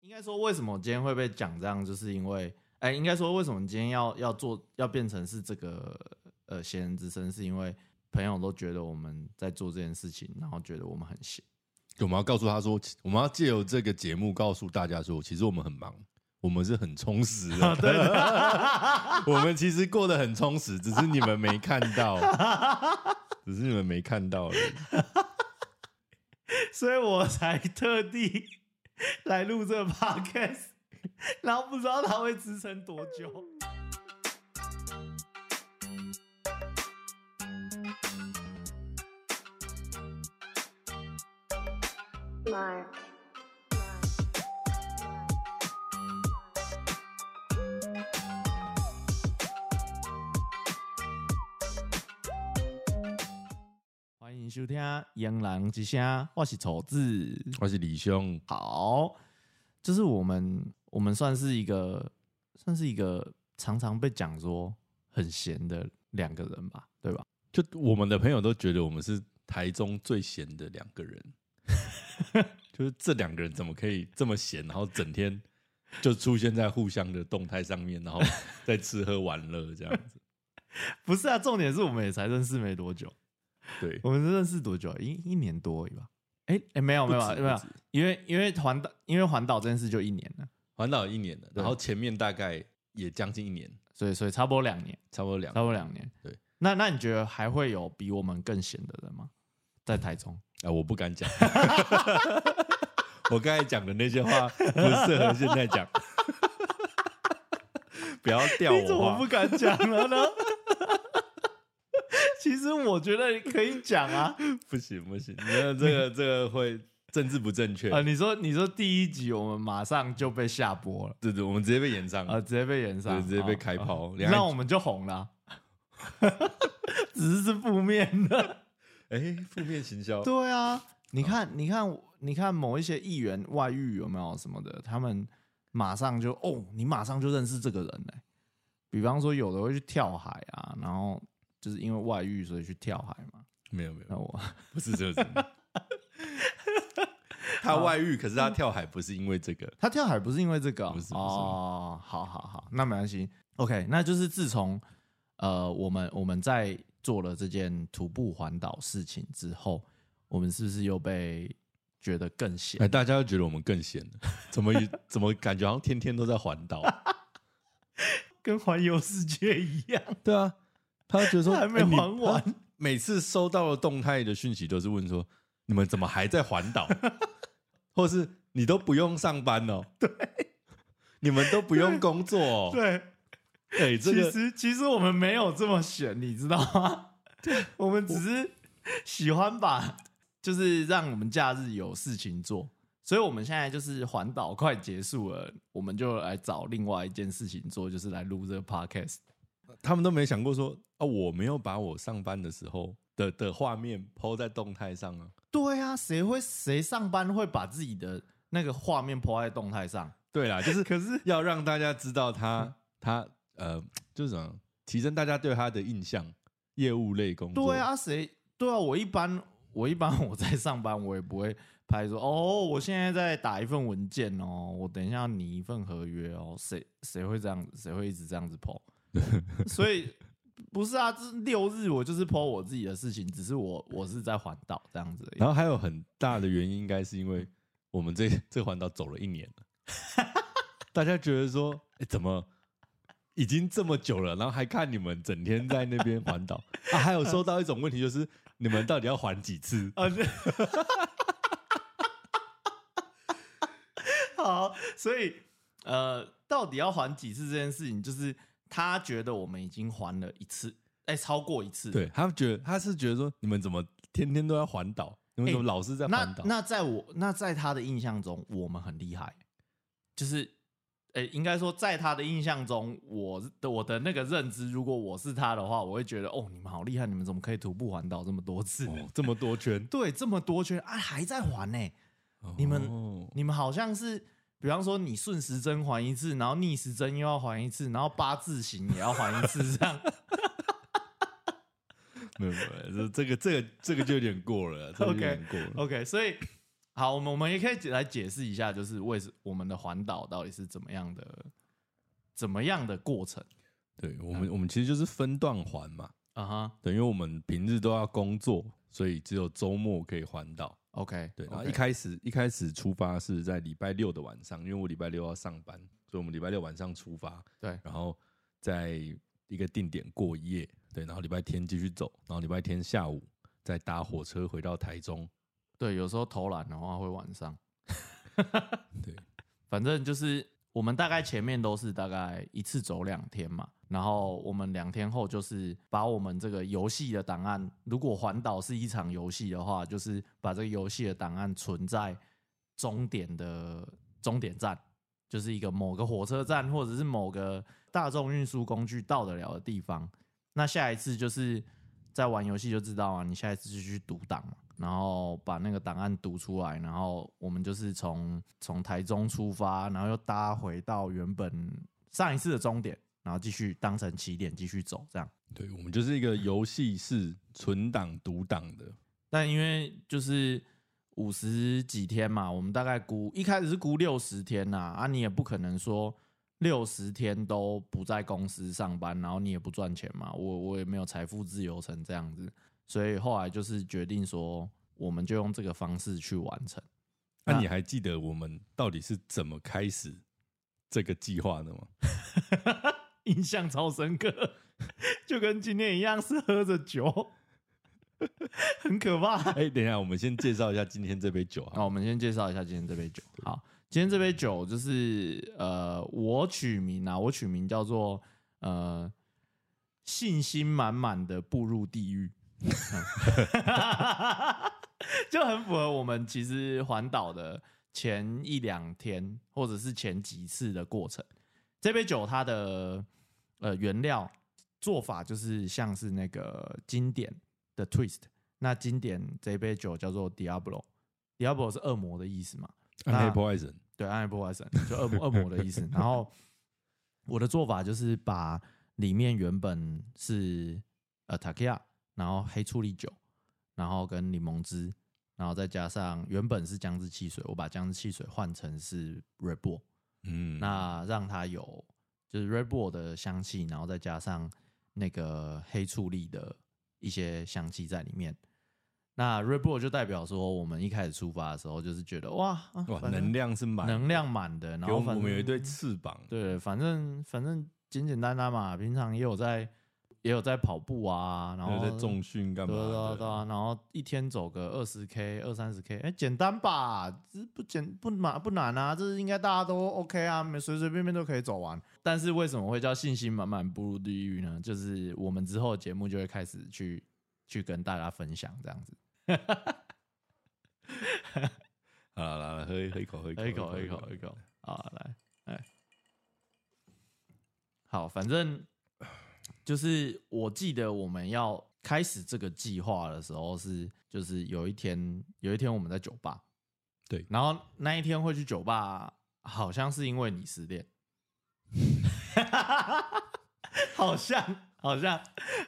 应该说，为什么今天会被讲这样，就是因为，哎、应该说，为什么今天要要做，要变成是这个呃闲人之声，是因为朋友都觉得我们在做这件事情，然后觉得我们很闲。我们要告诉他说，其我们要借由这个节目告诉大家说，其实我们很忙，我们是很充实的， 对我们其实过得很充实，只是你们没看到， 只是你们没看到而已。 所以我才特地来录这个 podcast，然 后不知道它会支撑多久。 Smile. 欢迎收听《羊狼之声》，我是丑子。我是李兄，好，就是我们我们算是一个算是一个常常被讲说很闲的两个人吧， 对吧？就我们的朋友都觉得我们是台中最闲的两个 人，就是这两个人怎么可以这么闲，然后整天就出现在互相的动态上面，然后在吃喝玩乐这样子。不是啊，重点是我们也才认识没多久， 对，我们是认识多久？啊一一年多而已吧？哎、哎、没有没有不止没有不止，因为因为环岛因为环岛这件事就一年了，环岛一年了，对然后前面大概也将近一年，所以所以差不多两年，差不多两差不多两年。对，那那你觉得还会有比我们更闲的人吗？在台中？啊，我不 敢讲。我刚才讲的那些话不适合现 在讲，不要吊你怎我么话不。敢讲了呢？ 其实我觉得可以讲啊，不行不行，那这个这个会政治不正确啊，。你说你说第一集我们马上就被下播了，对对，我们直接被延上啊、，直接被延上，嗯对直接被哦开炮哦两那我们就红了 啊、只是是负面 的。哎，负面行销。对哦啊，你看，你看，你看某一些议员外遇有没有什么的，他们马上就哦，你马上就认识这个人嘞、比方说，有的会去跳海啊，然后就是因为外遇所以去跳海嘛。没有没有，那我不是这 个。他外遇，可是他跳海不是因为这个，他跳海不是因为这个哦、不是不是哦，好好好，那没关系。OK，那就是自从呃我们我们在做了这件徒步环岛事情之后，我们是不是又被觉得更闲？哎，大家都觉得我们更闲了，怎么怎么感觉好像天天都在环岛？跟环游世界一样，对啊，他觉得说 还没哎你还完他每次收到的动态的讯息都是问说，你们怎么还在环 岛？或是你都不用上班哦？对，你们都不用工作哦？对。对，这其个实其实我们没有这么闲，你知道吗？我们只是喜欢把，就是让我们假日有事情做。所以我们现在就是环岛快结束了，我们就来找另外一件事情做，就是来录这个 podcast。他们都没想过说啊，我没有把我上班的时候的的画面抛在动态上啊。对啊，谁会谁上班会把自己的那个画面抛在动态上？对啦，就是可是要让大家知道嗯他他呃，就是什么提升大家对他的印象。业务类工作，对，啊，谁对啊？我一般我一般我在上班，我也不会拍说哦，我现在在打一份文件哦，我等一下要拟一份合约哦，谁谁会这样子？谁会一直这样子 po？所以不是啊，这六日我就是 po 我自己的事情，只是我我是在环岛这样子而已。然后还有很大的原因，应该是因为我们这 这环岛走了一年了， 大家觉得说，哎，怎么已经这么久了，然后还看你们整天在那边环岛啊？还有收到一种问题，就是你们到底要环几 次？啊，对。 好，所以呃，到底要还几次这件事情，就是他觉得我们已经还了一次，哎、超过一次。对，他们觉得他是觉得说，你们怎么天天都在环岛？你们怎么哎老是在环那岛？那在我那在他的印象中，我们很厉害，就是，哎、应该说在他的印象中，我的我的那个认知，如果我是他的话，我会觉得哦，你们好厉害，你们怎么可以徒步环岛这么多次？哦，这么多圈， 对，这么多圈啊，还在还呢、你们哦你们好像是，比方说你顺时针还一次，然后逆时针又要还一次，然后八字形也要还一次，这样 没有没有，这这个这个这个就有点过了，这个有点过了。 OK。所以好，我们我们也可以解来解释一下，就是为什我们的环岛到底是怎么样的，怎么样的过程对我们，我们其实就是分段环嘛，啊哈、对，因为我们平日都要工作，所以只有周末可以环岛。 o k 对，然后一开始一开始出发是在礼拜六的晚上，因为我礼拜六要上班，所以我们礼拜六晚上出发，对然后在一个定点过夜，对，然后礼拜天继续走，然后礼拜天下午再搭火车回到台中，对，有时候偷懒的话会晚上，对， 反正就是我们大概前面都是大概一次走两天嘛，然后我们两天后就是把我们这个游戏的档案，如果环岛是一场游戏的话，就是把这个游戏的档案存在终点的终点站，就是一个某个火车站或者是某个大众运输工具到得了的地方。那下一次就是在玩游戏就知道啊，你下一次就去读档嘛，然后把那个档案读出来，然后我们就是从从台中出发，然后又搭回到原本上一次的终点，然后继续当成起点继续走这样。对，我们就是一个游戏式存档读档的，但因为就是五十几天嘛，我们大概估一开始是估六十天呐、啊，你也不可能说六十天都不在公司上班，然后你也不赚钱嘛，我我也没有财富自由成这样子，所以后来就是决定说，我们就用这个方式去完成。那、那你还记得我们到底是怎么开始这个计划的吗？ 印象超深刻，就跟今天一样是喝着酒，很可怕。哎、等一下，我们先介绍一下今天这杯酒那啊。我们先介绍一下今天这杯酒。好，今天这杯酒就是呃，我取名啊，我取名叫做呃，信心满满的步入地狱， 就很符合我们其实环岛的前一两天或者是前几次的过程。这杯酒它的呃原料做法就是像是那个经典的 twist。那经典这杯酒叫做 Diablo，Diablo 是恶魔的意思嘛？暗黑那破坏神，对，暗黑破坏神就恶魔恶魔的意思。然后我的做法就是把里面原本是呃塔克亚，然后黑醋栗酒，然后跟柠檬汁，然后再加上原本是姜汁汽水，我把姜汁汽水换成是 Red Bull，嗯，那让它有就是 Red Bull 的香气，然后再加上那个黑醋栗的一些香气在里面。那 Red Bull 就代表说，我们一开始出发的时候就是觉得哇，啊哇，反正能量是满的，能量满的，然给后我反们我们有一正嗯对翅膀，对，反正反正简简单单嘛，平常也有在也有在跑步啊，然然后后在重训干嘛对啊对啊对的？啊，然后一天走个二十 K、二三十 K，哎，简单吧？这不简不难不难啊，这是应该大家都 OK 啊，没随随便便都可以走完。但是为什么会叫信心满满步入地狱呢？就是我们之后的节目就会开始去去跟大家分享这样子。好了好了，喝一喝一口，喝一口，喝一口，喝一口，喝一口。啊，来，来，好，反正就是我记得我们要开始这个计划的时候是，就是有一天，有一天我们在酒吧，对然后那一天会去酒吧，好像是因为你失恋，好像，好像，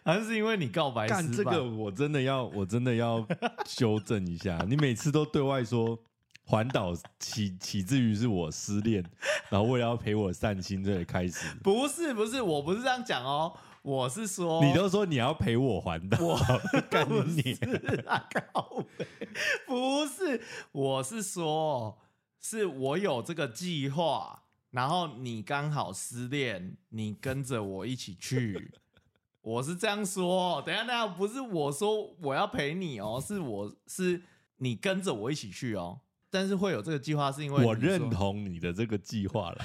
好像是因为你告白干失这败个，我真的要， 我真的要修正一下。你每次都对外说环岛起 起自于是我失恋，然后为了要陪我散心，这里开始。不是不是，我不是这样讲哦，我是说你都说你要陪我环 岛，我干你不是啊，靠北不是，我是说，是我有这个计划，然后你刚好失恋，你跟着我一起去，我是这样说。等一下，等一下，不是我说我要陪你哦，是我是你跟着我一起去哦。但是会有这个计划，是因为我你说认。 同你的这个计划了，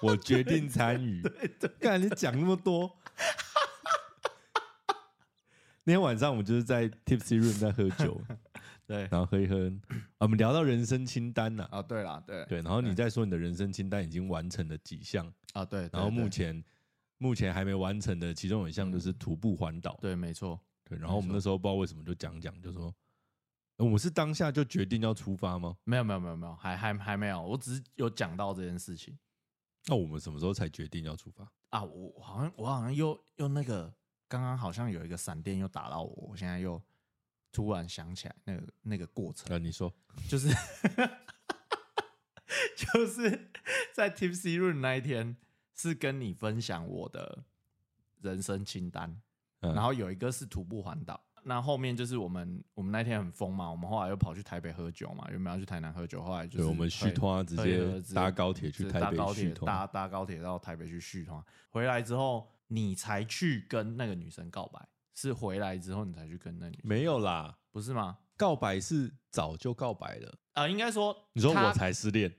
我决定 参与。干你讲那么多。 那天晚上我们就是在 Tipsy Room 在喝酒，对然后喝一喝，啊我们聊到人生清单呐、啊，对啦，对对，然后你再说你的人生清单已经完成了几项，啊，对，然对后目对前目前还没完成的其中有一项就是徒步环岛，对，没错，对，然后我们那时候不知道为什么就讲讲，就说呃我们是当下就决定要出发吗？没有没有没有没有，还还还没有，我只是有讲到这件事情。那我们什么时候才决定要出发？啊，我我好像我好像又又那个，刚刚好像有一个闪电又打到我，我现在又突然想起来那个那个过程，啊，你说就是 就是在 Tipsy Room 那一天，是跟你分享我的人生清单，嗯然后有一个是徒步环岛。那后面就是我们，我们那天很疯嘛，我们后来又跑去台北喝酒嘛，原本要去台南喝酒，后来就是对，我们续会托直对对对接直接搭高铁就去是台搭北高续铁托，搭搭高铁到台北去续通，啊回来之后你才去跟那个女生告白，是回来之后你才去跟那女生，没有啦，不是吗？告白是早就告白了。啊、应该说你说她我才失恋，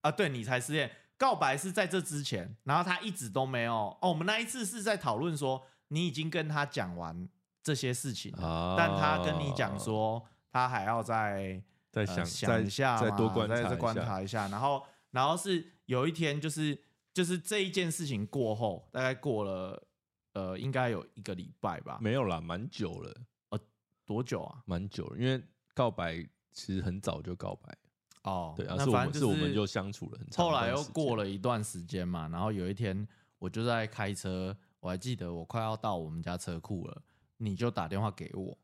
啊，对你才失恋，告白是在这之前，然后他一直都没有。哦，我们那一次是在讨论说你已经跟他讲完这些事情了，啊但他跟你讲说他还要再再呃想想一下嘛，再多观再察再观一下察一下。然后，然后是有一天，就是就是这一件事情过后，大概过了呃，应该有一个礼拜吧？啊没有啦，蛮久了，多久啊？蛮久了，因为告白其实很早就告白，哦，对啊，那是我反们正是我们就就相处了很长后一段来又时间过了一段时间嘛，然后有一天我就在开车，我还记得我快要到我们家车库了，你就打电话给我，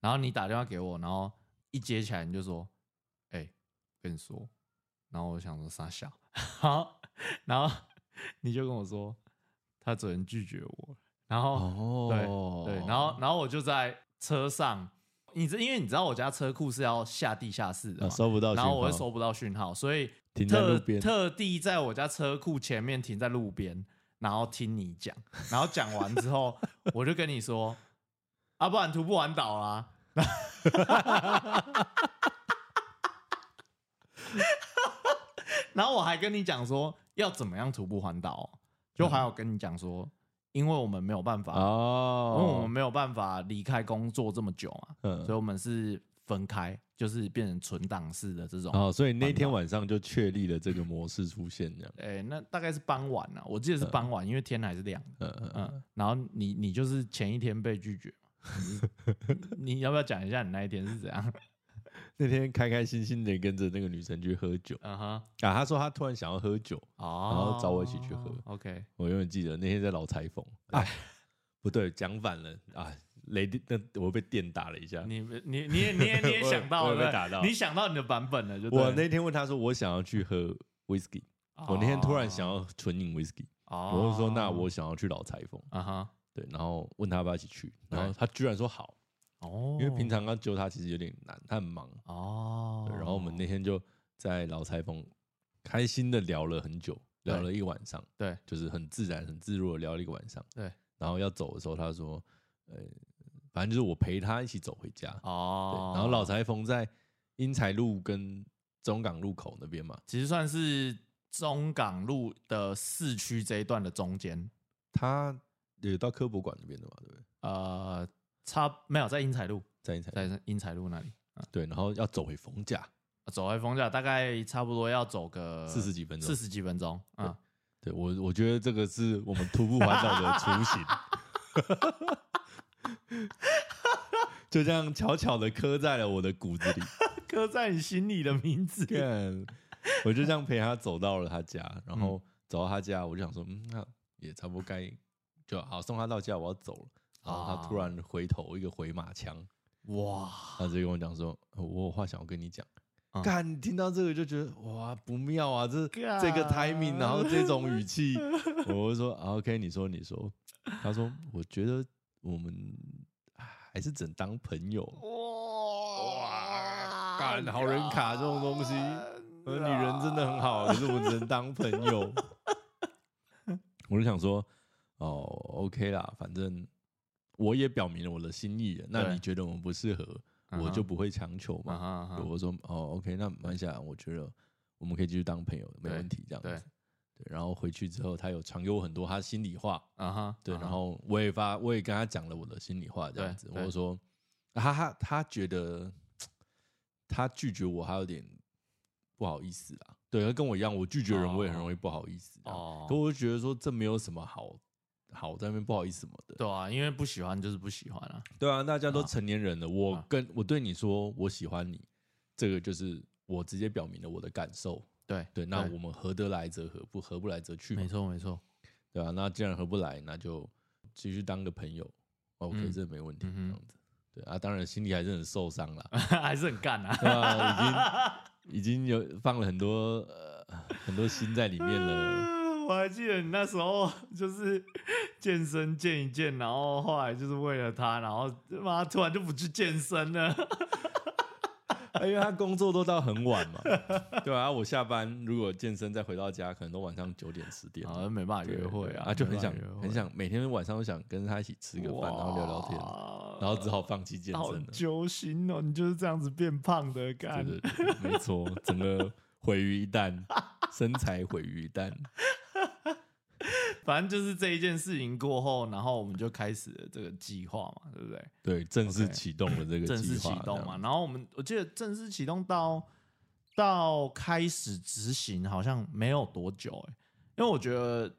然后你打电话给我，然后一接起来你就说：“哎、跟你说。”然后我想说傻笑，好，然后你就跟我说他只能拒绝我，然后、哦，对，然后然后我就在车上，你知因为你知道我家车库是要下地下室的啊嘛，收不到讯然号，后我会收不到讯号，所以停在特路边特地在我家车库前面停在路边，然后听你讲，然后讲完之后，我就跟你说，啊，不然徒步环岛啊啦。 然后我还跟你讲说要怎么样徒步环岛哦、就还有跟你讲说，因为我们没有办法，因为嗯我们哦，没有办法离开工作这么久啊嘛，嗯所以我们是分开，就是变成存档式的这种。哦，所以那天晚上就确立了这个模式出现，这样，哎、那大概是傍晚啊，我记得是傍晚，因为天还是亮的。嗯 嗯嗯，嗯，然后你你就是前一天被拒绝嘛， 你你要不要讲一下你那一天是怎样？那天开开心心的跟着那个女生去喝酒嗯哼，啊，她说她突然想要喝酒，哦，然后找我一起去喝 OK，我永远记得那天在老裁缝，啊哎， 不对，讲反了啊，雷电，那我被电打了一下，你你你也你也你也我有想到 了，我有被对不对打到你想到你的版本了，就对我那天问她说我想要去喝 whisky，我那天突然想，要纯饮 whisky，哦、我就说那我想要去老裁缝，啊哈，对，然后问她要不要一起去，对然后她居然说好，哦，因为平常要揪她其实有点难，她很忙，哦，对，然后我们那天就在老裁缝开心的聊了很久，对聊了一个晚上，对就是很自然、很自若的聊了一个晚上。对，然后要走的时候，他说：“呃，反正就是我陪他一起走回家。对，哦，然后老裁缝在英才路跟中港路口那边嘛，其实算是中港路的市区这一段的中间，他有到科博馆那边的嘛，对不对？呃，差没有在英才路，在英才路在英才路那里，对，然后要走回冯家，走回丰架大概差不多要走个40几分钟四十几分钟，嗯，对我，我觉得这个是我们徒步环岛的雏形， 就这样悄悄的刻在了我的骨子里。刻在你心里的名字。 看，我就这样陪他走到了他家，然后走到他家，我就想说，嗯，那也差不多该就好送他到家，我要走了。然后他突然回头一个回马枪，哇，他直接跟我讲说：“呃我有话想要跟你讲。嗯干，你听到这个就觉得哇不妙啊，这这个干 timing，然后这种语气，我就说啊 OK，你说你说。他说我觉得我们啊还是只能当朋友。哇，干好人卡这种东西，呃，女人真的很好，可是我们只能当朋友。 我就想说，哦，OK 啦，反正我也表明了我的心意了。那对你觉得我们不适合，嗯哼我就不会强求嘛。啊哈对我说，哦，OK，那没关系啊，我觉得我们可以继续当朋友，没对问题，这样子。对对然后回去之后，他有传给我很多他心里话，啊哈，对，啊哈然后我也发，我也跟他讲了我的心里话，这样对子，对我就说，啊他他他觉得他拒绝我，还有点不好意思啦。对，他跟我一样，我拒绝人，我也很容易不好意思。哦，哦可，我就觉得说这没有什么好好在那边不好意思什么的。对啊，因为不喜欢就是不喜欢啊，对啊，大家都啊成年人了，我啊跟我对你说我喜欢你，这个就是我直接表明了我的感受。对对，那我们合得来则合，不合不来则去嘛没。错没 错，对啊，那既然合不来，那就继续当个朋友。OK，、嗯这没问题，嗯这哼样子。对啊，当然心里还是很受伤啦， 还是很干 啊。对吧？已经已经有放了很多、呃、很多心在里面 了。嗯我还记得你那时候 就是健身健一健，然后后来就是为了他，然后妈突然就不去健身了。啊因为他工作都到很晚 嘛，对啊，我下班如果健身再回到家，可能都晚上九点十 点好像没办法对哦约会啊，啊就很想没办法约会很想每天晚上都想跟他一起吃个饭，然后聊聊天，哇然后只好放弃健好身了。揪心哦！你就是这样子变胖的，干对对对，没错，整个毁于一旦，身材毁于一旦。反正就是这一件事情过后，然后我们就开始了这个计划嘛，对不对？对，正式 OK 启动了这个正式计启划动嘛，，然后我们我记得正式启动到到开始执行好像没有多久、欸，因为我觉得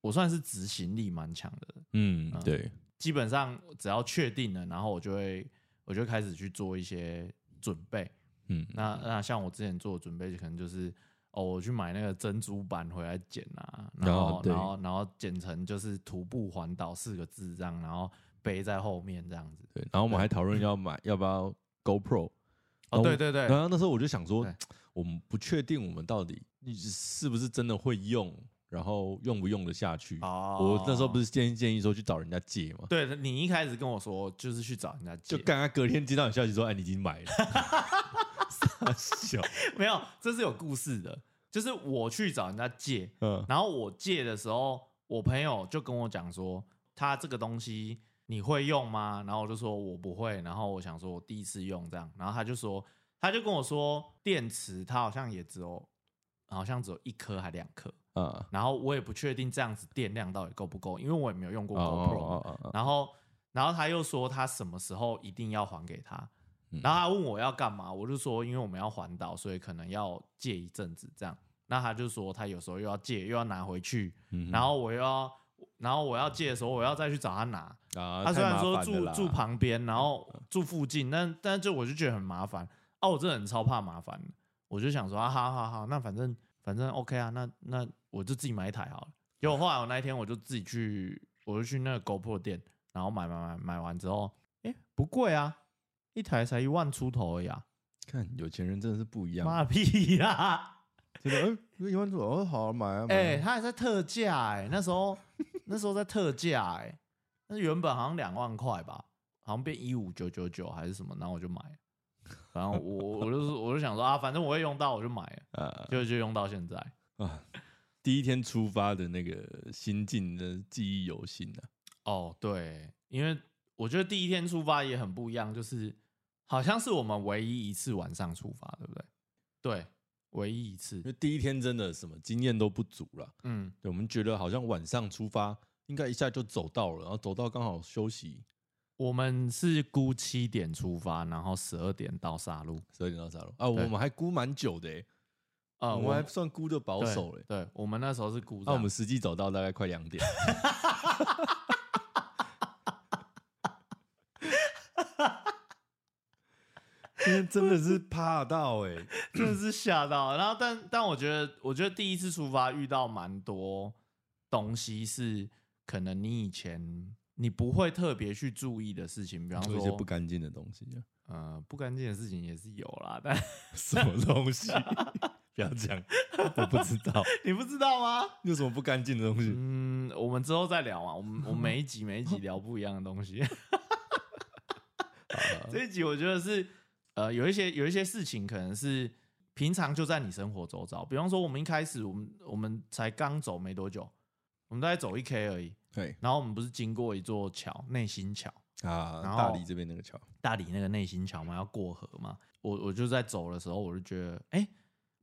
我算是执行力蛮强的，这样嗯，对，基本上只要确定了，然后我就会我就开始去做一些准备，嗯，那那像我之前做的准备，可能就是哦，我去买那个珍珠板回来剪啊，然后、哦对然后然后剪成就是徒步环岛四个字这样，然后背在后面这样子。对。然后我们还讨论要买要不要 GoPro。哦，对对对，然后那时候我就想说对，我们不确定我们到底是不是真的会用，然后用不用得下去。哦，我那时候不是是建议建议说去找人家借嘛，对你一开始跟我说就是去找人家借就，刚刚隔天接到你消息说，哎，你已经买了。 傻笑，没有，这是有故事的，就是我去找人家借，嗯，然后我借的时候，我朋友就跟我讲说，他这个东西你会用吗？然后我就说我不会，然后我想说我第一次用这样，然后他就说，他就跟我说电池它好像也只有，好像只有一颗还两颗，啊，然后我也不确定这样子电量到底够不够，因为我也没有用过 GoPro，、哦哦哦，然后然后他又说他什么时候一定要还给他，嗯然后他问我要干嘛，我就说因为我们要环岛，所以可能要借一阵子这样。那他就说他有时候又要借又要拿回去，嗯然后我又要然后我要借的时候我要再去找他拿。啊，他虽太然麻说烦了住啦嗯住旁边，然后住附近，但但就我就觉得很麻烦。哦、我真的很超怕麻烦的，我就想说啊，好好好，那反正反正 OK 啊，那那我就自己买一台好了。结果后来我那一天我就自己去，我就去那个 GoPro 店，然后买买买买完之后，哎、不贵啊，一台才一万出头而已啊，看有钱人真的是不一样，妈屁呀、真的，哎，一万多，哦，好啊买啊，买啊哎、他还在特价哎、那时候 那时候在特价哎、那原本好像两万块吧，好像变一五九九九还是什么，然后我就买了。反正我我我就是我就想说啊，反正我会用到，我就买了，啊就就用到现在。啊，第一天出发的那个心境的记忆犹新啊，哦，对，因为我觉得第一天出发也很不一样，就是好像是我们唯一一次晚上出发，对不对？对，唯一一次因。为第一天真的什么经验都不足了，嗯，对我们觉得好像晚上出发应该一下就走到了，然后走到刚好休息，我们是估七点出发，然后十二点到沙鹿。十二点到沙龙啊，我们还估蛮久的、欸，呃，我们还算估的保对守嘞、欸对，我们那时候是鼓那、掌。 我们实际走到大概快两点，今天真的是怕到哎、真的是吓到。然后但，但我觉得，我觉得第一次出发遇到蛮多东西是可能你以前你不会特别去注意的事情，比方做一些说不干净的东西、啊， 呃不干净的事情也是有啦，但 什么东 西？不要讲，我不知道你不知道吗？有什么不干净的东西。嗯，我们之后再聊嘛。我们我们每一集每一集聊不一样的东西。这一集我觉得是呃有一些有一些事情可能是平常就在你生活周遭，比方说我们一开始我们我们才刚走没多久，我们大概走一 K 而已，对然后我们不是经过一座桥，内心桥，啊，然后大理这边那个桥，大理那个内心桥嘛，要过河嘛。我我就在走的时候，我就觉得，哎、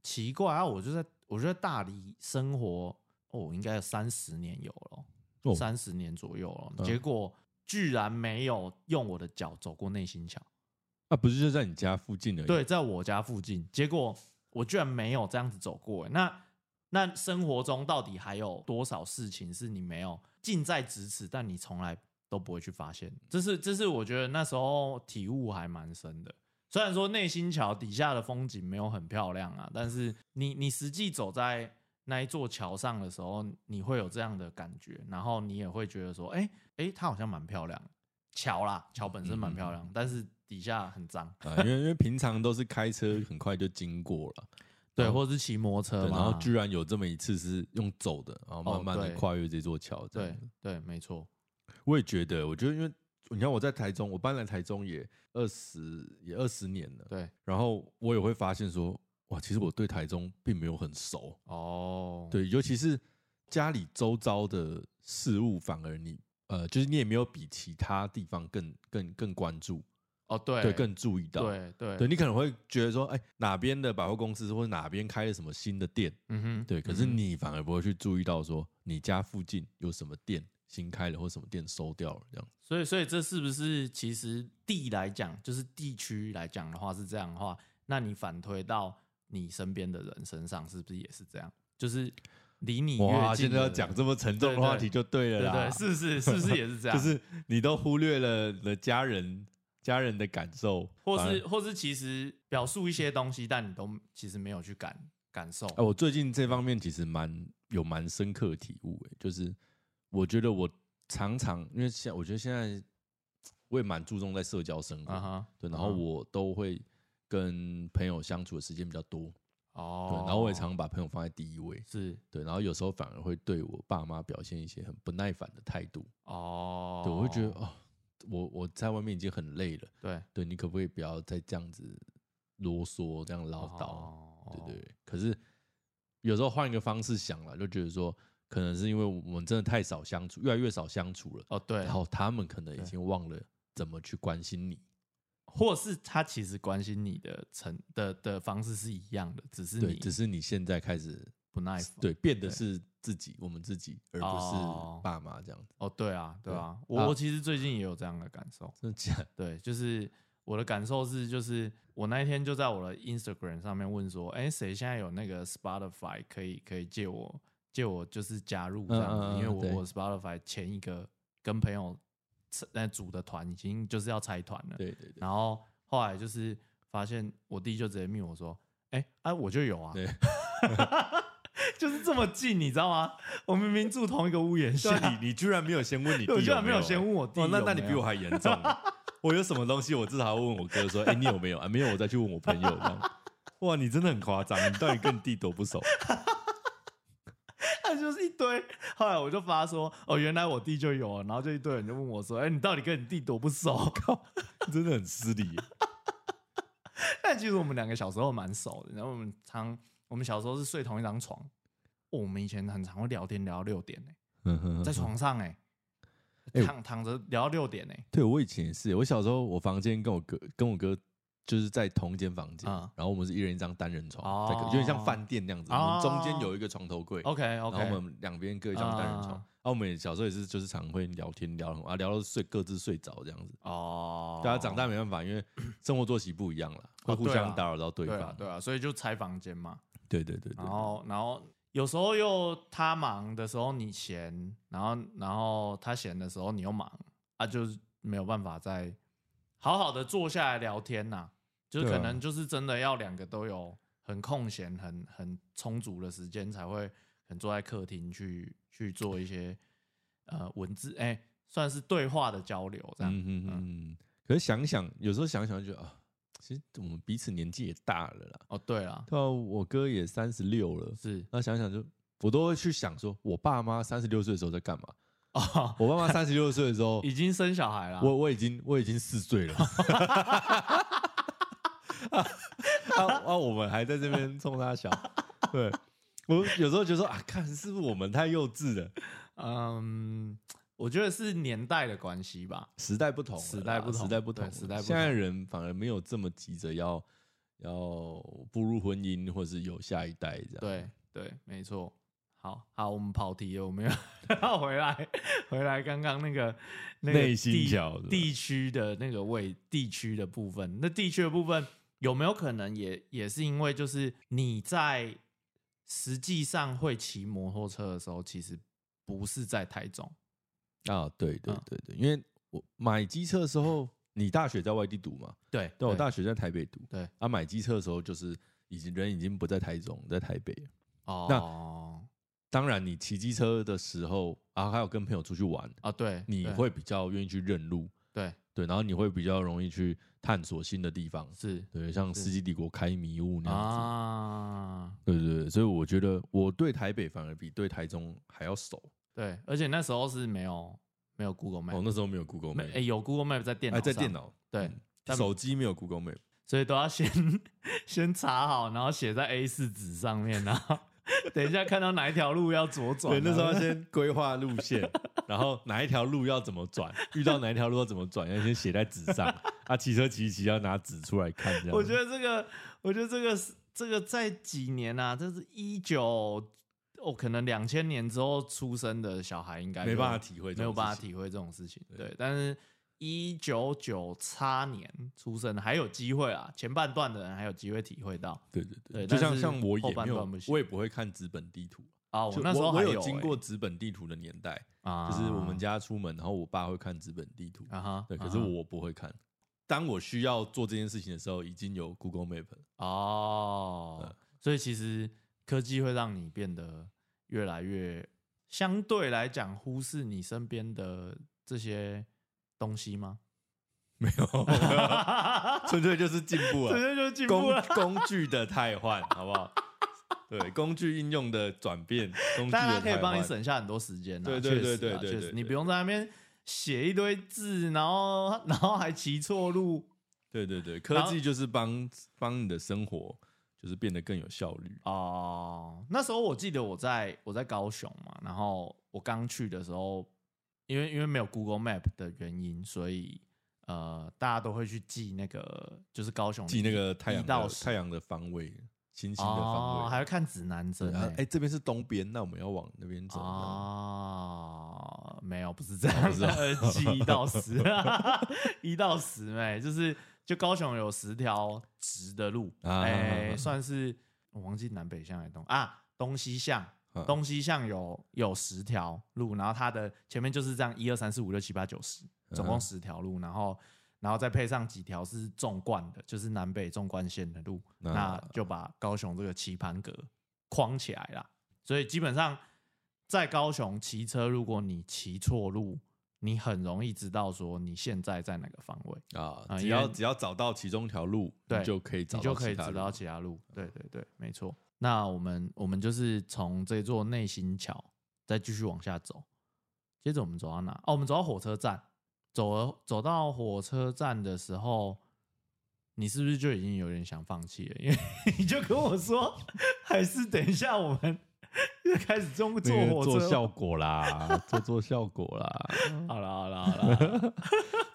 奇怪啊！我就在我就在大理生活，哦，我应该有三十年有哦了，三十、年左右了。嗯结果居然没有用我的脚走过内心桥，啊，不是就在你家附近而已。对，在我家附近，结果我居然没有这样子走过、诶那那生活中到底还有多少事情是你没有近在咫尺，但你从来都不会去发现？这是这是我觉得那时候体悟还蛮深的。虽然说内心桥底下的风景没有很漂亮啊，但是你你实际走在那一座桥上的时候，你会有这样的感觉，然后你也会觉得说，哎、诶哎、它好像蛮漂亮的。桥啦，桥本嗯身蛮漂亮，但是底下很脏，啊，因为因为平常都是开车很快就经过了，对，然后或者是骑摩托车哦对，嘛，然后居然有这么一次是用走的，然后慢慢哦的对跨越这座桥。这样对对，没错，我也觉得，我觉得因为你看我在台中，我搬来台中也二十也二十年了，对，然后我也会发现说，哇，其实我对台中并没有很熟，哦，对，尤其是家里周遭的事物，反而你呃，就是你也没有比其他地方更更更关注，哦对对，更注意到，对对对，你可能会觉得说，哎，哪边的百货公司或者哪边开了什么新的店，嗯哼，对，可是嗯哼你反而不会去注意到说你家附近有什么店新开了或什么店收掉了这样。所以，所以这是不是其实地来讲，就是地区来讲的话是这样的话，那你反推到你身边的人身上，是不是也是这样？就是离你哇，越近现的人，在要讲这么沉重的对对话题就对了对啦，对，是不啊是是不是也是这样？ 就是你都忽略了你的家人家人的感受，或反而是或是其实表述一些东西，但你都其实没有去感感受。哎、我最近这方面其实蛮有蛮深刻的体悟、哎，就是我觉得我常常因为现我觉得现在我也蛮注重在社交生活啊哈，对，然后嗯我都会跟朋友相处的时间比较多，哦对，，然后我也常把朋友放在第一位，是对，然后有时候反而会对我爸妈表现一些很不耐烦的态度，哦，对，我会觉得哦，我我在外面已经很累了，对对你可不可以不要再这样子啰嗦，这样唠叨？哦对对对。可是有时候换一个方式想了，就觉得说，可能是因为我们真的太少相处，越来越少相处了，哦对，然后他们可能已对经忘了怎么去关心你。或是他其实关心你的成的的方式是一样的，只是对，你只是你现在开始不耐烦。对变的对是自己，我们自己，而不哦是爸妈这样子。 哦，对啊，对对啊，啊我我其实最近也有这样的感受，真的假的？对，就是我的感受是，就是我那一天就在我的 Instagram 上面问说，哎，谁现在有那个 Spotify 可以可以借我借我就是加入这样子，嗯嗯因嗯为对我我 Spotify 前一个跟朋友那组的团已经就是要拆团了，对对对。然后后来就是发现我弟就直接命我说，哎、啊我就有啊对， 就是这么近，你知道吗？我明明住同一个屋檐 下，你你啊居然没有先问你对我弟居然没有有先欸问我弟哇，那有那没你比有我还严重。啊我有什么东西，我至少要问我哥说：“哎、你有没有啊？”没有，我再去问我朋友。这样，哇，你真的很夸张，你到底跟你弟多不熟？他 就是一堆。后来我就发说，哦，原来我弟就有啊，然后就一堆人就问我说，哎、你到底跟你弟多不熟？ 靠，真的很失礼耶。但其实我们两个小时候蛮熟的，然后我们常我们小时候是睡同一张床、哦我们以前很常会聊天聊到六点呢、在床上哎、嗯哎躺躺着聊到六点呢、对我以前也是，我小时候我房间跟我哥跟我哥就是在同一间房间，嗯然后我们是一人一张单人床，哦在隔有点像饭店那样子。我们中间哦有一个床头柜 OK OK，然后我们两边各一张单人啊床。然后我们也小时候也是，就是常会聊天聊啊，聊到睡各自睡着这样子。哦，大家啊长大没办法，因为生活作息不一样了，会哦互对相啦打扰到对对方啊。对啊，所以就拆房间嘛。对对对对然后然后有时候又他忙的时候你闲，然后然后他闲的时候你又忙啊，就是没有办法再好好的坐下来聊天呐、就是对啊可能就是真的要两个都有很空闲、很很充足的时间才会，可能坐在客厅去去做一些呃文字，哎、算是对话的交流这样。嗯嗯嗯嗯。可是想想，有时候想想就觉得啊，其实我们彼此年纪也大了啦。哦，对了，对啊，我哥也三十六了，是那想想就，我都会去想说，我爸妈三十六岁的时候在干嘛？哦， ，我爸妈三十六岁的时候已经生小孩了。 我我已经我已经四岁了。啊啊！我们还在这边冲他笑，对我有时候觉得说啊，看是不是我们太幼稚了？嗯，我觉得是年代的关系吧。时代不同了啦，时代不同时代不同了，对时代不同现在人反而没有这么急着要要步入婚姻，或是有下一代这样。，对对，没错。好好，我们跑题了，我们要 要回来回来刚刚那个那个内心地角是吧地区的那个位地区的部分，那地区的部分有没有可能也也是因为就是你在实际上会骑摩托车的时候，其实不是在台中啊，对对嗯对对，因为我买机车的时候，你大学在外地读嘛？对对，我大学在台北读。对啊，买机车的时候就是已经人已经不在台中，在台北。哦当然，你骑机车的时候啊，还有跟朋友出去玩，啊对，你对会比较愿意去认路。对，对，然后你会比较容易去探索新的地方，是对，像《是世纪帝国》开迷雾那样子，啊，对对对，所以我觉得我对台北反而比对台中还要熟。对，而且那时候是没有没有 Google 哦， Map，那时候没有 Google 没 Map，哎有 Google Map 在电脑哎，上，在电脑，对嗯，但手机没有 Google Map，所以都要先先查好，然后写在 A 四纸上面，然 后等一下看到哪一条路要左转啊，对，那时候要先规划路 线，然后哪一条路要怎么转，遇到哪一条路要怎么转，要先写在纸上。啊，骑车骑一骑要拿纸出来看，这样。我觉得这个，我觉得这个是这个在几年啊？这是一九哦，可能两千年之后出生的小孩应该没就办法体会这没种事情有办法体会这种事情。对对，但是一九九叉年出生的还有机会啊，前半段的人还有机会体会到对对对，对就但像是像我后也半没有段不，行我也不会看纸本地图。啊。我就那时候我还有欸经过纸本地图的年代，啊，就是我们家出门，然后我爸会看纸本地图，啊哈，对，啊可是哈我不会看。当我需要做这件事情的时候，已经有 Google Map 了。哦嗯，所以其实科技会让你变得越来越相对来讲忽视你身边的这些东西吗？ 没有， 纯粹就是进步直了，接就进步工了。工具的汰换，好不好？对，工具应用的 转变，工具的大家可以汰帮你换省下很多时间啊，对对对确实啊对对确对实对你不用在那边写一堆字，然后然后还骑错路对对对，科然后技就是帮帮你的生活，就是变得更有效率。哦。那时候我记得我在我在高雄嘛，然后我刚去的时候，因为因为没有 Google Map 的原因，所以呃，大家都会去记那个就是高雄的记那个太阳一到的十太阳的方位，星星的哦，方还位。要看指南针欸对啊呢哎、这边是东边，那我们要往那边走。哦，没有，不是这不样是哦的，记 一到十，一到十哎，就是就高雄有十条直的路，啊哎，算是我忘记南北向还是东啊东西向。嗯东西向有有十条路，然后它的前面就是这样一二三四五六七八九十，总嗯共哼十条路，然后然后再配上几条是纵贯的，就是南北纵贯线的路，那那就把高雄这个棋盘格框起来啦。所以基本上在高雄骑车，如果你骑错路，你很容易知道说你现在在哪个方位，啊，啊只因为要只要找到其中一条路，对你就可以找你就到可以知其他路嗯道其他路。对对对，没错。那我们我们就是从这座内心桥再继续往下走，接着我们走到哪？哦，我们走到火车站，走了走到火车站的时候。你是不是就已经有点想放弃了？因为 你就跟我说，还是等一下我们 就开始中坐那个火车。做效果啦， 做做效果啦。好了好了好了，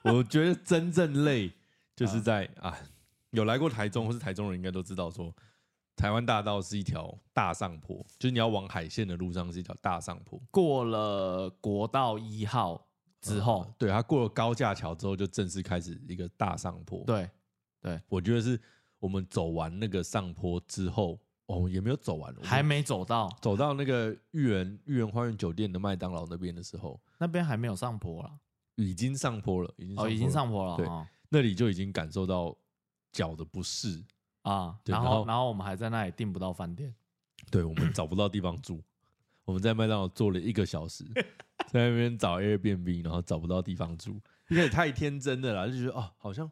我觉得真正累就是在啊，有来过台中或是台中人应该都知道说，台湾大道是一条大上坡，就是你要往海线的路上是一条大上坡。过了国道一号之后，啊对，它过了高架桥之后，就正式开始一个大上坡。，对我觉得是我们走完那个上坡之后，哦，也没有走完，我们还没走到走到那个豫园豫园花园酒店的麦当劳那边的时候，那边还没有上坡啦。已经上坡了，已经上坡哦，了已经上坡了对哦那里就已经感受到脚的不适，啊。对然然后后然后我们还在那里订不到饭店，对我们找不到地方住，我们在麦当劳坐了一个小时，在那边找 Airbnb，然后找不到地方住，因为太天真了啦，就觉得哦，好像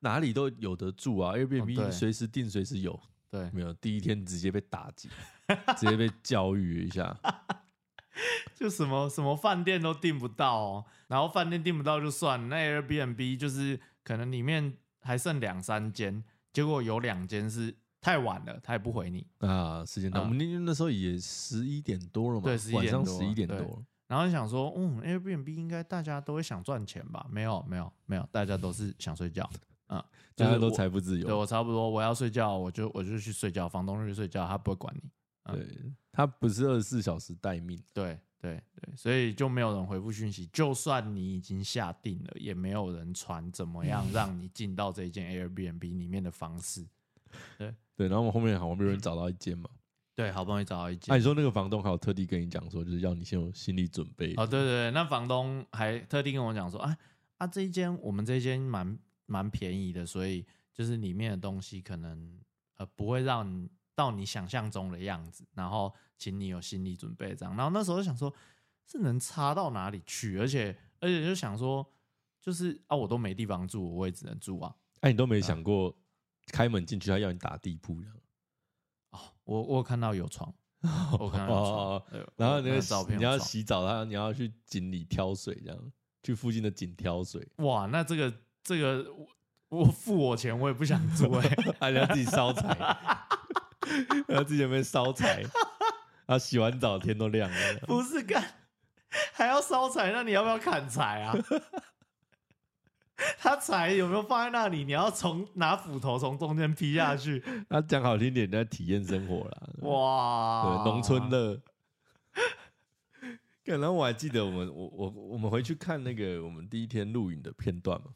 哪里都有得住啊哦，Airbnb 对随时订随时有，对，没有第一天直接被打击，直接被教育一下，就什么什么饭店都订不到哦。然后饭店订不到就算了，那 Airbnb 就是可能里面还剩两三间，结果有两间是太晚了，他也不回你。啊，时间到，啊我们那那时候也十一点多了嘛，对11晚点上多十一点多对了，然后就想说，嗯，Airbnb 应该大家都会想赚钱吧？没有没有没有，大家都是想睡觉。嗯，大家就是都我财富自对由，我差不多，我要睡觉，我就我就去睡觉，房东就去睡觉，他不会管你。嗯对，他不是二十四小时待命，对对对，所以就没有人回复讯息。就算你已经下定了，也没有人传怎么样让你进到这一间 Airbnb 里面的方式。对，然后我们后面好像被人找到一间嗯嘛。对，好不容易找到一那、间。你说那个房东还有特地跟你讲说，就是要你先有心理准备。哦，对对对，那房东还特地跟我讲说，啊啊，这一间我们这一间蛮蛮便宜的，所以就是里面的东西可能呃不会让你到你想象中的样子，然后请你有心理准备这样。然后那时候就想说，是能差到哪里去？而且而且就想说，就是啊，我都没地方住，我也只能住啊。哎、你都没想过开门进去，他要你打地铺这样，哦，我我有看到有床，我有看到有哦哦床哦，对然后我有那看个到照洗片你有要床洗澡，他你要去井里挑水这样，去附近的井挑水，哇，那这个这个我我付我钱，我也不想住哎、啊，你要自己烧柴，然后自己有没有烧柴？ 啊，洗完澡天都亮了， 不是干还要烧柴，那你要不要砍柴啊？ 他柴有没有放在那里？你要从拿斧头从中间劈下 去，那啊讲好听点，在体验生活啦。哇！对，农村 乐。干然后我还记得我们我我我们回去看那个我们第一天录影的片段嘛，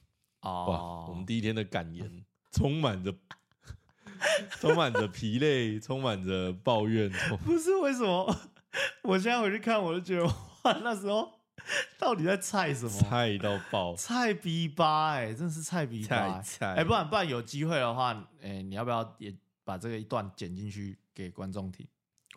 哇，哦，我们第一天的感言充满着 充满着疲累，充满着抱怨，充不是为什么？ 我现在回去看，我就觉得 哇，那时候到底在菜什么？菜到爆，菜逼吧、哎，真的是菜逼吧、菜哎菜哎、不然不然有机会的话，哎、你要不要也把这个一段剪进去给观众听？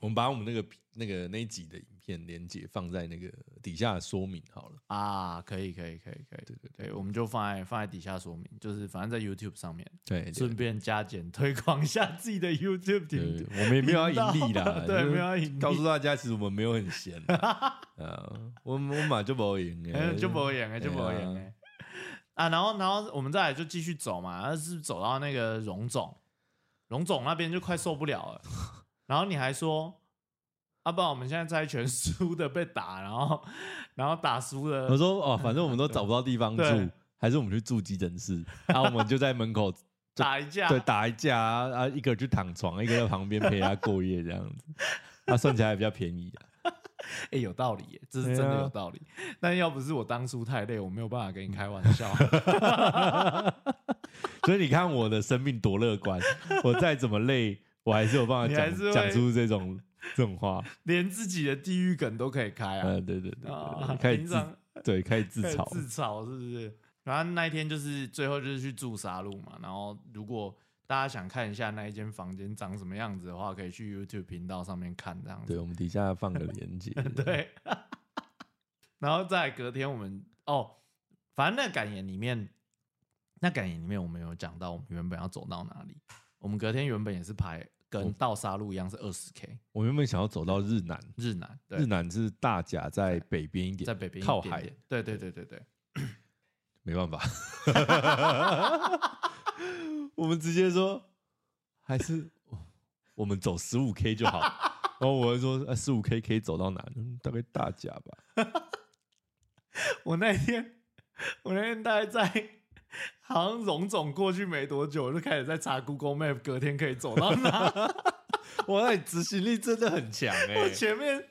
我们把我们那个那个那一集的影片连接放在那个底下的说明好了。啊，可以，可以，可以，可以，对对对，我们就放在放在底下说明，就是反正在 YouTube 上面，对，顺便加减推广一下自己的 YouTube 频对道。，我们也没有要盈利 啦对就是没有要盈利告诉大家，其实我们没有很闲 啊，啊我们我马就不赢哎哎，就不会演哎，就不会演哎。啊，然后然后我们再来就继续走嘛，但是走到那个荣总，荣总那边就快受不了了。然后你还说，啊，不然我们现在猜拳 输的被打，然后然后打输的我说哦，反正我们都找不到地方住对，还是我们去住急诊室，然后我们就在门口 打一架，对打一架啊，啊一个人去躺床，一个在旁边陪他过夜这样子，那算起来还比较便宜啊。哎、有道理耶，这是真对的啊有道理。但要不是我当初太累，我没有办法跟你开玩 笑。啊所以你看我的生命多乐观，我再怎么累，我还是有办法你还讲是会讲出这种这种话。连自己的地狱梗都可以开啊！呃，对对对对，啊对，开始平自常对开始自可以嘲，自嘲是不是？然后那一天就是最后就是去住沙路嘛，然后如果大家想看一下那一间房间长什么样子的话，可以去 YouTube 频道上面看这样对子。我们底下放个链接。 对，然后再来隔天我们哦，反正那感言里面，那感言里面我们有讲到我们原本要走到哪里，我们隔天原本也是排跟哦到沙路一样是二十 K 我原本想要走到日南，日南，对日南是大甲在北边一点，在北边一靠点海点，对对对对对，没 办法，我们直接说还是我们走十五 K 就好。然后我就说，哎十五 K 可以走到哪？嗯大概大甲吧。我那天，我那天大概在好像荣总过去没多久，我就开始在查 Google Map，隔天可以走到哪。哇，那你执行力真的很强哎、我前面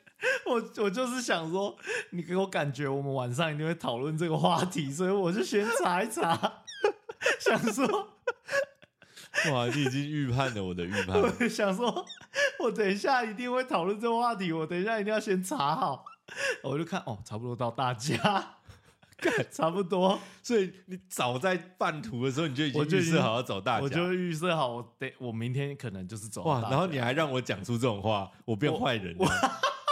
我我就是想说，你给我感觉我们晚上一定会讨论这个话题，所以我就先查一查， 想说， 哇，你已经预判了我的预判。 我就想说，我等一下一定会讨论这个话题，我等一下一定要先查好。我就看哦，差不多到大 家，差不多。所以你早在半途的时候，你就已经我就已预经设好要走大我甲就。预设好，我得我明天可能就是走到哇，大然后家你还让我讲出这种话，我变坏人了。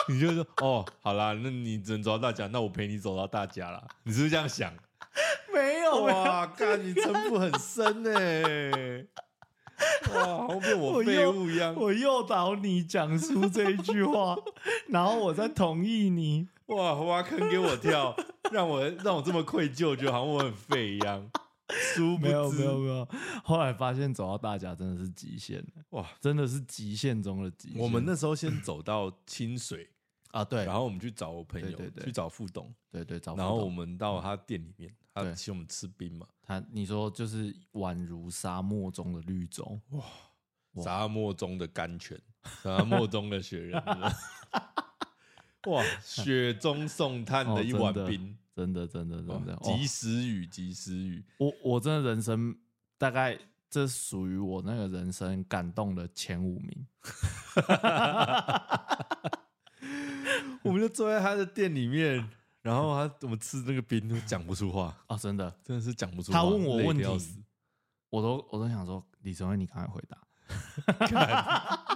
你就说哦，好啦，那你只能走到大甲，那我陪你走到大甲啦。你是不是这 样想？没有啊，哇，看你城府很深呢、哇，好像变我我废又物一样。我诱导你讲出这一句话， 然后我再同意你。哇，挖坑给我跳，让我让我这么愧疚，就好像我很废一样。殊不没有知没有没有，后来发现走到大家真的是极限了，哇，真的是极限中的极限。我们那时候先走到清水，啊，嗯对然后我们去找我朋友，对对对去找副董，对对，找不然后到我们到他店里面，他对请我们吃冰嘛，他你说就是宛如沙漠中的绿洲，哇沙漠中的甘泉， 沙漠中的雪 人，哇，雪中送炭哦的一碗真的冰，真的真的真的，哦及时雨，及时雨，我我真的人生大概这属于我那个人生感动的前五名。我们就坐在他的店里面，然后他我们吃那个冰都讲不出话， 啊，真的，真的是讲不出话。他问我累得问要死 题，我都我都想说，李承威，你赶快回答。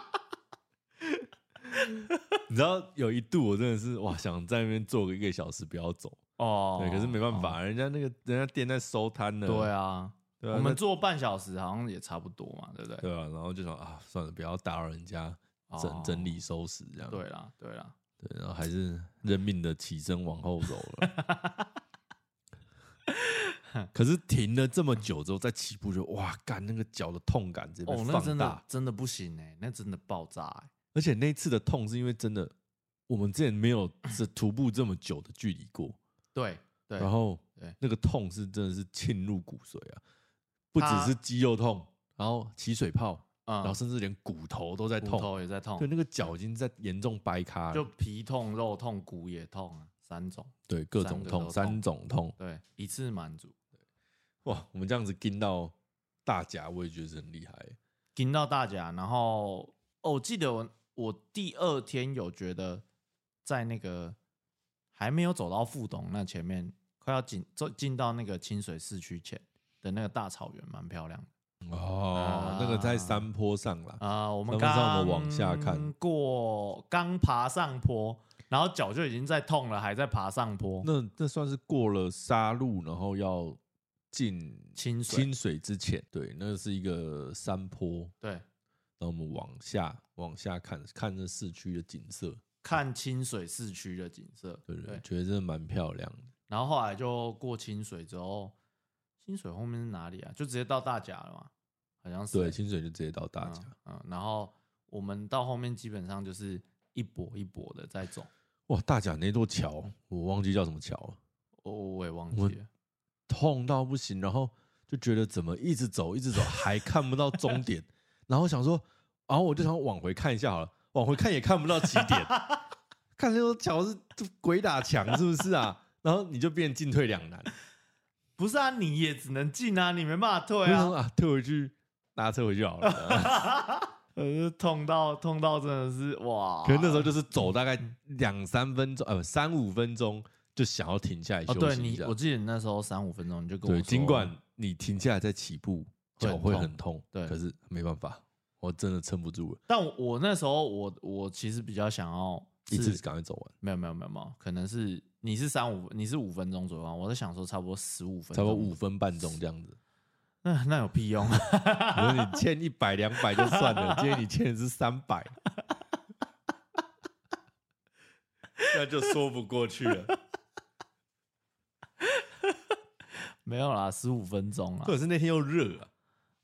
你知道有一度我真的是哇，想在那边坐个一个小时不要走，哦，对，可是没办哦，法，人家那个人家店在收摊呢，对啊，对啊，我们那做半小时好像也差不多嘛，对不对？对啊，然后就想啊，算了，不要打扰人家哦整整理收拾这样，对啦，对啦，对，然后还是认命的起身往后走了。 可是停了这么久之后再起步就，哇，干那个脚的痛感直接被哦，那放真大，的真的不行哎，那真的爆炸哎，而且那一次的痛是因为真的，我们之前没有这徒步这么久的距离过，对对，然后对那个痛是真的是沁入骨髓啊，不只它是肌肉痛，然后起水泡，然然后甚至连骨头都嗯在骨痛，头也在痛对，，那个脚已经在严重掰咖了，哦就皮痛、肉痛、骨也痛啊，三种，对各三种个痛，都三痛种痛，对，一次满足，哇，我们这样子跟到大家，我也觉得是很厉害。听到大家，然后哦，我记得我我第二天有觉得在那个还没有走到富董那前面，快要进走进到那个清水市区前的那个大草原，蛮漂亮的。哦，啊那个在山坡上啦，啊、我们山刚坡上我们往下看过刚爬上坡，然后脚就已经在痛了，还在爬上坡。那那算是过了沙路，然后要进清水清水之前，对，那是一个山坡，对，然后我们往下往下看，看这市区的景色，看清水市区的景色。对对，觉得真的蛮漂亮的。然后后来就过清水之后，清水后面是哪里啊？就直接到大甲了嘛，好像是欸、对，清水就直接到大家，嗯。嗯，然后我们到后面基本上就是一跛一跛的在走，哇，大甲那座桥，我忘记叫什么桥了，我、哦我也忘记了。痛到不行，然后就觉得怎么一直走一直走还看不到终点， 然后想说，然后我就想往回看一下好了，往回看也看不到起点， 看那座桥是鬼打墙是不是啊？ 然后你就变进退两难，不是啊，你也只能进啊，你没办法退我就想说啊。啊，退回去拉车回去好 了。呃，痛到痛到真的是哇！可是那时候就是走大概两三分钟，呃，三五分钟就想要停下来哦，休对息一你，下。我记得你那时候三五分钟你就跟我对，说，尽管你停下来再起步，会很脚会痛很痛，对可是没办法，我真的撑不住了，但我我那时候我我其实比较想要一是次赶快走完。没有没有没有没有，可能是你是三五，你是五分钟左右啊。我在想说，差不多十五分钟，差不多五分半钟这 样子。那那有屁用啊！ 我说你欠一百两百就算了，今天你欠的是三 百，那就说不过去了。没有啦，十五分钟 啊可。是那天又热啊，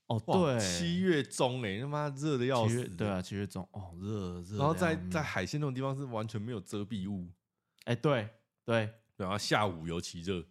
哦，哇，对，七月中哎、他妈热的要七死月。对啊，七月中哦，热热。然后在这样在海鲜那种地方是完全没有遮蔽物，哎，对对，然后下午尤其热，因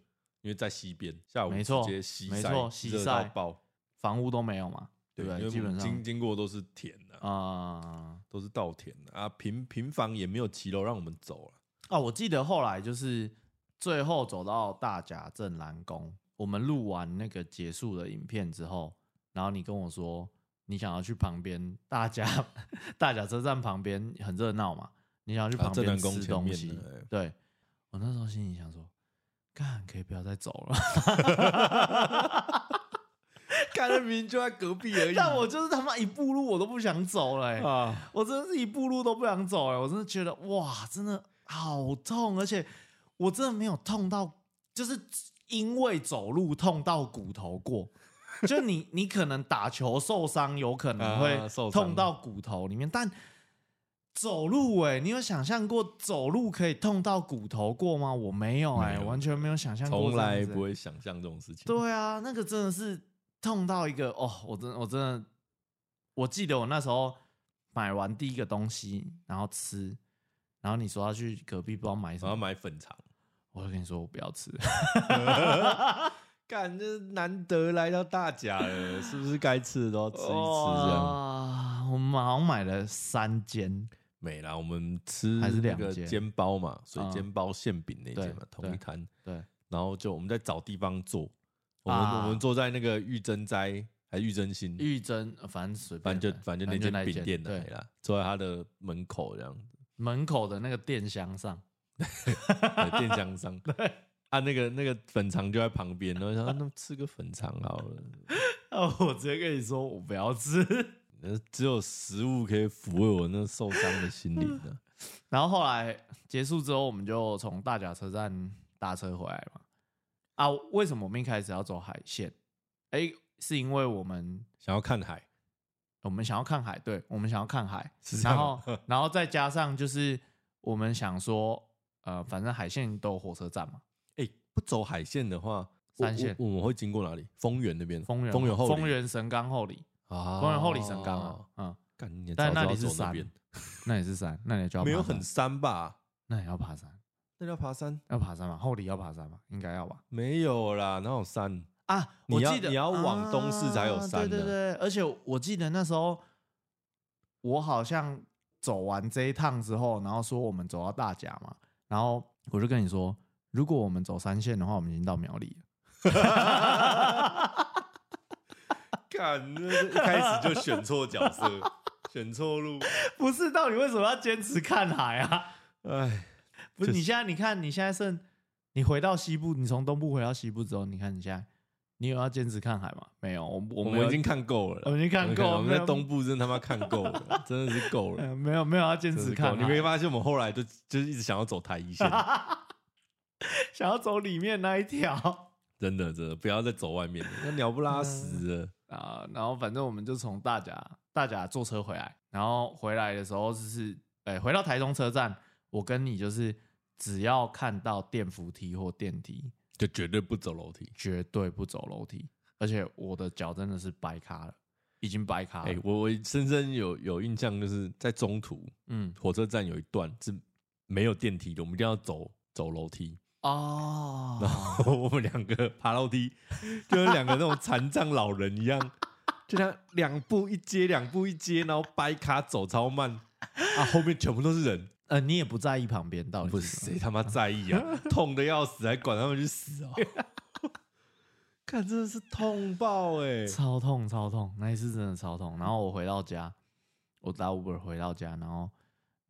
为在西边，下午没错直接西没晒，错西热到晒爆。房屋都没有嘛，对不因为对？我基本们经上经过都是田啊，啊都是稻田啊，啊平平房也没有骑楼让我们走了、啊，我记得后来就是最后走到大甲镇澜宫，我们录完那个结束的影片之后，然后你跟我说你想要去旁边大甲 大甲车站旁边很热闹嘛，你想要去啊旁镇边南宫吃前东面西的哎。对我那时候心里想说，干可以不要再走了， 看那明明就在隔壁 而已。但我就是他妈一步路我都不想走了、欸，啊，我真的是一步路都不想走哎、我真的觉得哇，真的好痛，而且我真的没有痛到，就是因为走路痛到骨头过。就你，你可能打球受伤，有可能啊受会伤痛到骨头里面，但走路哎、你有想象过走路可以痛到骨头过吗？我没有哎、没有完全没有想象过从这样子欸，来不会想象这种事情。对啊，那个真的是痛到一个哦，我真我真的，我记得我那时候买完第一个东西，然后吃，然后你说要去隔壁不知道买什然后么，买粉肠，我就跟你说我不要 吃。干，这难得来到大 甲了，是不是该吃的都要吃一吃？这样哇，我们好像买了三间，没啦，我们吃还是那两个间煎包嘛，水嗯煎包馅饼那间嘛啊对，同一对摊。对，然后就我们在找地方坐，我们啊我们坐在那个玉珍斋还是玉珍心，玉珍，呃反正随便反正买，就反正就那那间饼间店的对，啦，坐在他的门口这样子，门口的那个电箱上，对电 箱上。啊，那个那个粉肠就在旁边，然后想、啊、那吃个粉肠好了。哦，我直接跟你说我不要 吃。呃只有食物可以抚慰我 那受伤的心灵的、然后后来结束之后，我们就从大甲车站搭车回来嘛。啊，为什么我们一开始要走海线？哎、是因为我们想要看海，我们想要看海，对，我们想要看海， 是这样然吗后然后再加上就是我们想说，呃，反正海线都有火车站嘛，哎、不走海线的话，我山线我我们会经过哪里？丰原那边，丰原丰原后里，丰原神冈后里，啊，丰原后里神冈啊，嗯，干你也但早知道那里是走那山边，那也是山，那也就要没有爬山很，山吧？那也要爬山，那叫爬山？要爬山嘛，后里要爬山嘛，应该要吧？没有啦，哪有山？啊，你我要记得你要往东市才有山啊。对对呢对，而且我记得那时候我好像走完这一趟之后，然后说我们走到大甲嘛，然后我就跟你说，如果我们走三线的话，我们已经到苗栗了。干，那一开始就选错角 色，选错路， 不是，到底为什么要坚持看海啊？哎，不是，就是你现在你看，你现在剩你回到西部，你从东部回到西部之后，你看你现在，你有要坚持看海吗？没有，我我我们们已经看够了啦，我们已经看够了我们没在有东部真的他妈看够 了，真的是够了。呃没有没有要坚真的持是看啊够海，你没发现我们后来都就是一直想要走台一 线，想要走里面那一条。真的真的不要再走外面了，那鸟不拉屎了。啊、然后反正我们就从大甲大甲坐车回来，然后回来的时候就是，哎、回到台中车站，我跟你就是只要看到电扶梯或电梯，就绝对不走楼梯。绝对不走楼梯，而且我的脚真的是掰咖了，已经掰咖了。哎、我我深深有有印象，就是在中途嗯，火车站有一段是没有电梯的，我们一定要走走楼梯。然哦，后我们两个爬楼梯，就是两个那种残障老人一样，就这样两步一阶，两步一阶，然后掰卡走超慢啊，后面全部都是人， 呃，哦你也不在意旁边，到底不是谁他妈在 意啊？痛的要死，还管他们去死哦！看，真的是痛爆哎、超痛超痛，那一次真的超痛。然后我回到家，我打 Uber 回到家，然后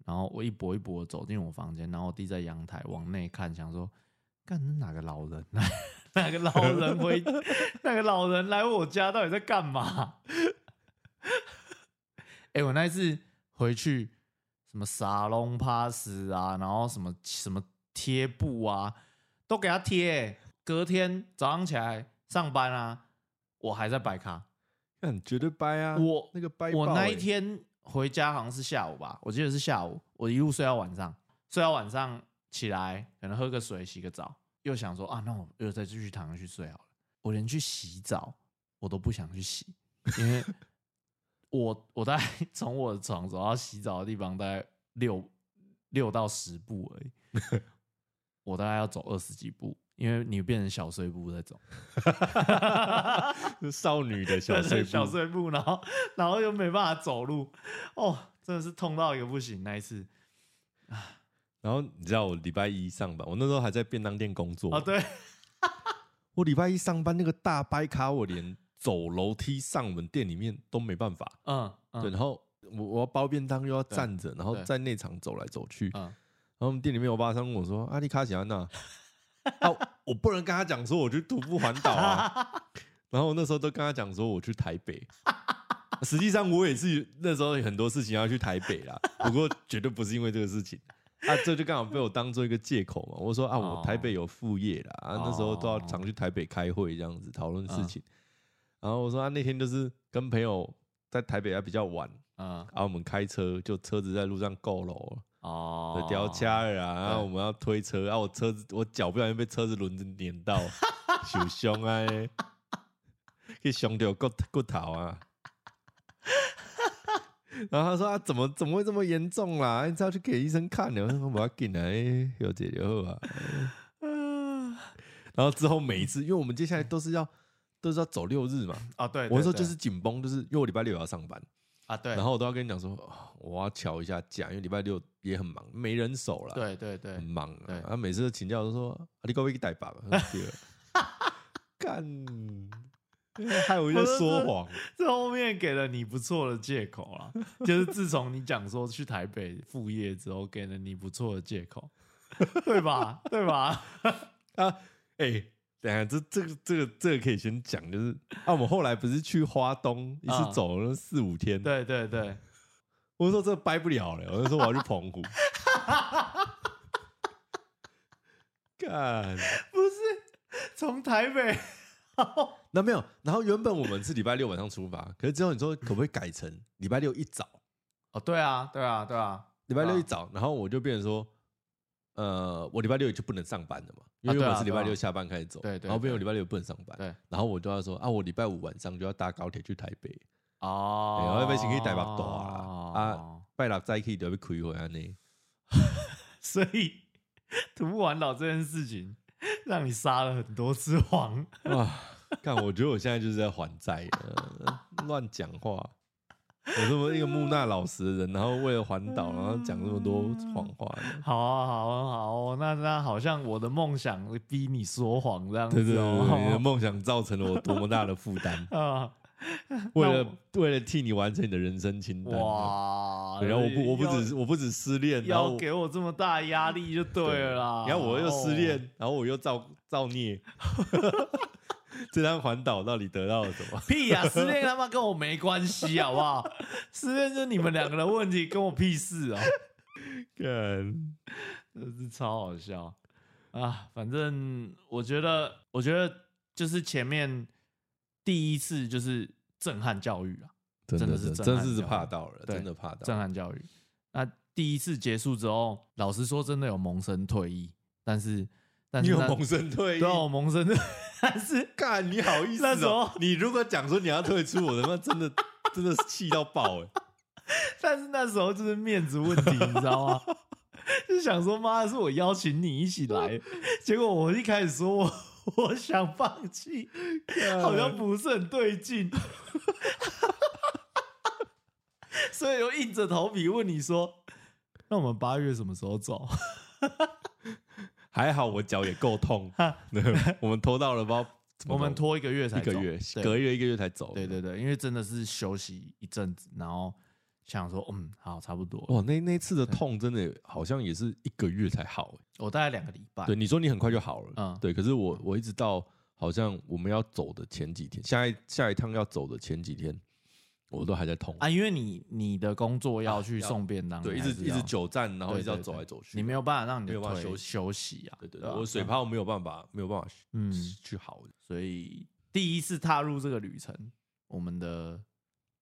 然后我一跛一跛地走进我房间，然后我弟在阳台往内看，想说，干那哪个老人来，哪个老人回，哪个老人来我家到底在干嘛？ 哎、我那一次回去，什么沙龙 pass 啊，然后什么什么贴布啊，都给他贴、隔天早上起来上班啊，我还在摆咖。看，绝对掰啊！我那个掰爆我欸、那一天回家好像是下午吧，我记得是下午，我一路睡到晚上，睡到晚上起来，可能喝个水、洗个澡，又想说啊，那我又再继续躺下去睡好了。我连去洗澡我都不想去洗，因为我 我大概从我的床走到洗澡的地方大概六六到十步而已，我大概要走二十几步，因为你变成小碎步在走。 是少女的小对 对碎步，小碎步，然后然后又没办法走路，哦，真的是痛到一个不行那一次然后你知道我礼拜一上班，我那时候还在便当店工作。啊，对， 我礼拜一上班那个大掰卡，我连走楼梯上我们店里面都没办法。嗯，嗯对，然后我我要包便当又要对站着，然后对在内场走来走去。然嗯，后我们店里面有巴商跟我说：“阿、啊、丽卡喜安娜。啊”我不能跟他讲说我去徒步环岛啊。 然后我那时候都跟他讲说我去台北。实际上我也是那时候有很多事情要去台北啦，不过绝对不是因为这个事情。啊，这就刚好被我当做一个借口嘛。我说啊，我哦台北有副业啦，啊，那时候都要哦嗯常去台北开会这样子讨论事情。然后我说啊，那天就是跟朋友在台北还比较晚，啊嗯，然后我们开车就车子在路上够楼了，哦对，掉掐了啊，然后对我们要推车，啊然后我车子我脚不小心被车子轮子碾 到，受伤啊，给伤掉骨骨头 啊。然后他说啊，怎么怎么会这么严重啦？你知道去给医生看了，我说不要紧啊，哎有解就好啊。嗯，然后之后每一次，因为我们接下来都是要都是要走六日嘛，啊，对，我对说对就是紧绷，就是因为我礼拜六也要上班，啊，对，然后我都要跟你讲说，哦我要瞧一下假，因为礼拜六也很忙，没人手了，，对对对很，忙啊。对然后每次都请假都说，啊、你可不可以带爸爸？我说对 了干，害我在说谎。这后面给了你不错的借口啦， 就是自从你讲说去台北副业之后，给了你不错的借口， 对吧？对吧？哎、等一下这这个这个这个可以先讲，就是啊，我们后来不是去花东，一次嗯走了四五天，对对嗯对，我说这掰不了了，我就说我要去澎湖。干，不是从台北，那没有。然后原本我们是礼拜六晚上出发，可是之后你说可不可以改成礼拜六一早？哦，对啊，对啊，对啊，礼拜六一啊早，然后我就变成说，呃，我礼拜六就不能上班了嘛，因啊为对啊我是礼拜对六啊下班开始走，对对然后变对成我礼拜六不能上班，对，然后我就要说啊，我礼拜五晚上就要搭高铁去台北，哦，对我要被请去台北住啊啊，拜六再去就要开回来呢。所以涂完老这件事情，让你撒了很多只谎。啊，看，我觉得我现在就是在还债了， 乱讲话。我这么一个木讷老实的人，然后为了环岛，然后讲这么多谎话呢，好啊，好啊，好啊那那好像我的梦想逼你说谎这样对对子对哦。，对，你的梦想造成了我多么大的负担 啊，为了为了替你完成你的人生清单。哇！对然后我不我不哎要只是我不只失恋，然后要我给我这么大压力就对了啦。然后我又失恋哦，，然后我又造造孽， 这趟环岛到底得到了什么？ 屁呀！失恋他妈跟我没关系，好不好？失恋就是你们两个的问题，跟我屁事啊！干真是超好笑啊！反正我觉得，我觉得就是前面第一次就是震撼教育啊，真的是是震真撼是教怕育到了，对真的怕到震了。撼教育。那第一次结束之后，老实说，真的有萌生退役，但是但你是有那萌生退役对啊，我萌生，但是干，你好意思、 那时哦候？你如果讲说你要退出，我他妈真的真的是气到爆哎、但是那时候就是面子问题，你知道吗？ 就想说妈的是我邀请你一起来，结果我一开始说我 我想放弃， 好像不是很对劲， 所以又硬着头皮问你说：“那我们八月什么时候走 还好我脚也够痛哈，对 我们拖到了包，怎？”么我们拖一个月才一走个月，隔对一个一个月才走。对对对，因为真的是休息一阵子，然后想说嗯，好，差不多了。哇，哦那那次的痛真的好像也是一个月才好、欸。我大概两个礼拜，对，你说你很快就好了，啊嗯对。可是我我一直到好像我们要走的前几天，下一下一趟要走的前几天，我都还在痛。啊，因为你你的工作要去啊要送便当，对，一你还直是一直要，久站，然后一直要对对走对来走去。你没有办法让你没的有办法腿休息休息啊。对对对对，吧我水泡没有办法，没有办法嗯，去好。所以第一次踏入这个旅程，我们的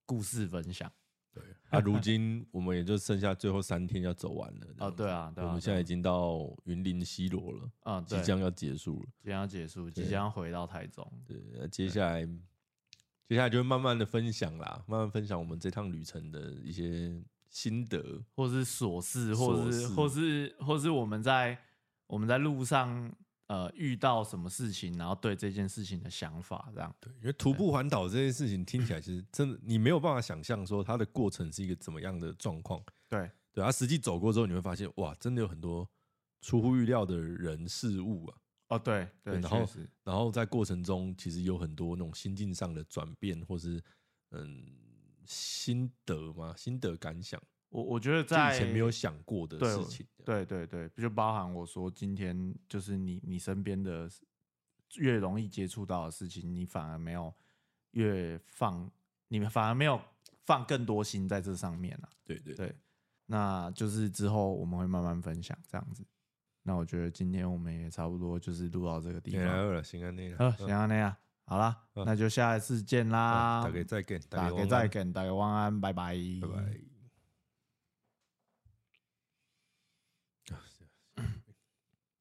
故事分享对，啊，如今我们也就剩下最后三天要走完了。哦，对啊，对我啊，们现在已经到云林西罗了，啊，嗯即对，将要结束了。即将要结束，即对将要回到台中，对，那呃接下来接下来就会慢慢的分享啦，慢慢分享我们这趟旅程的一些心得。或是琐事，琐或是事或是或是我们在我们在路上呃遇到什么事情，然后对这件事情的想法这样。对，因为徒步环岛这件事情听起来，其实真的你没有办法想象说它的过程是一个怎么样的状况。对，对，啊，实际走过之后，你会发现，哇，真的有很多出乎预料的人事物啊。哦，对对，对然后确实然后在过程中，其实有很多那种心境上的转变，或是嗯心得嘛，心得感想，我我觉得就在以前没有想过的对事情。对对对，就包含我说今天就是你你身边的越容易接触到的事情，你反而没有越放，你们反而没有放更多心在这上面啊。对对对对，那就是之后我们会慢慢分享这样子。那我觉得今天我们也差不多就是录到这个地对，来方，了，心安内了，好，行啊那样，好啦，嗯那就下一次见啦大，家再见，大家晚家安再，见，大家晚安，拜拜，拜拜。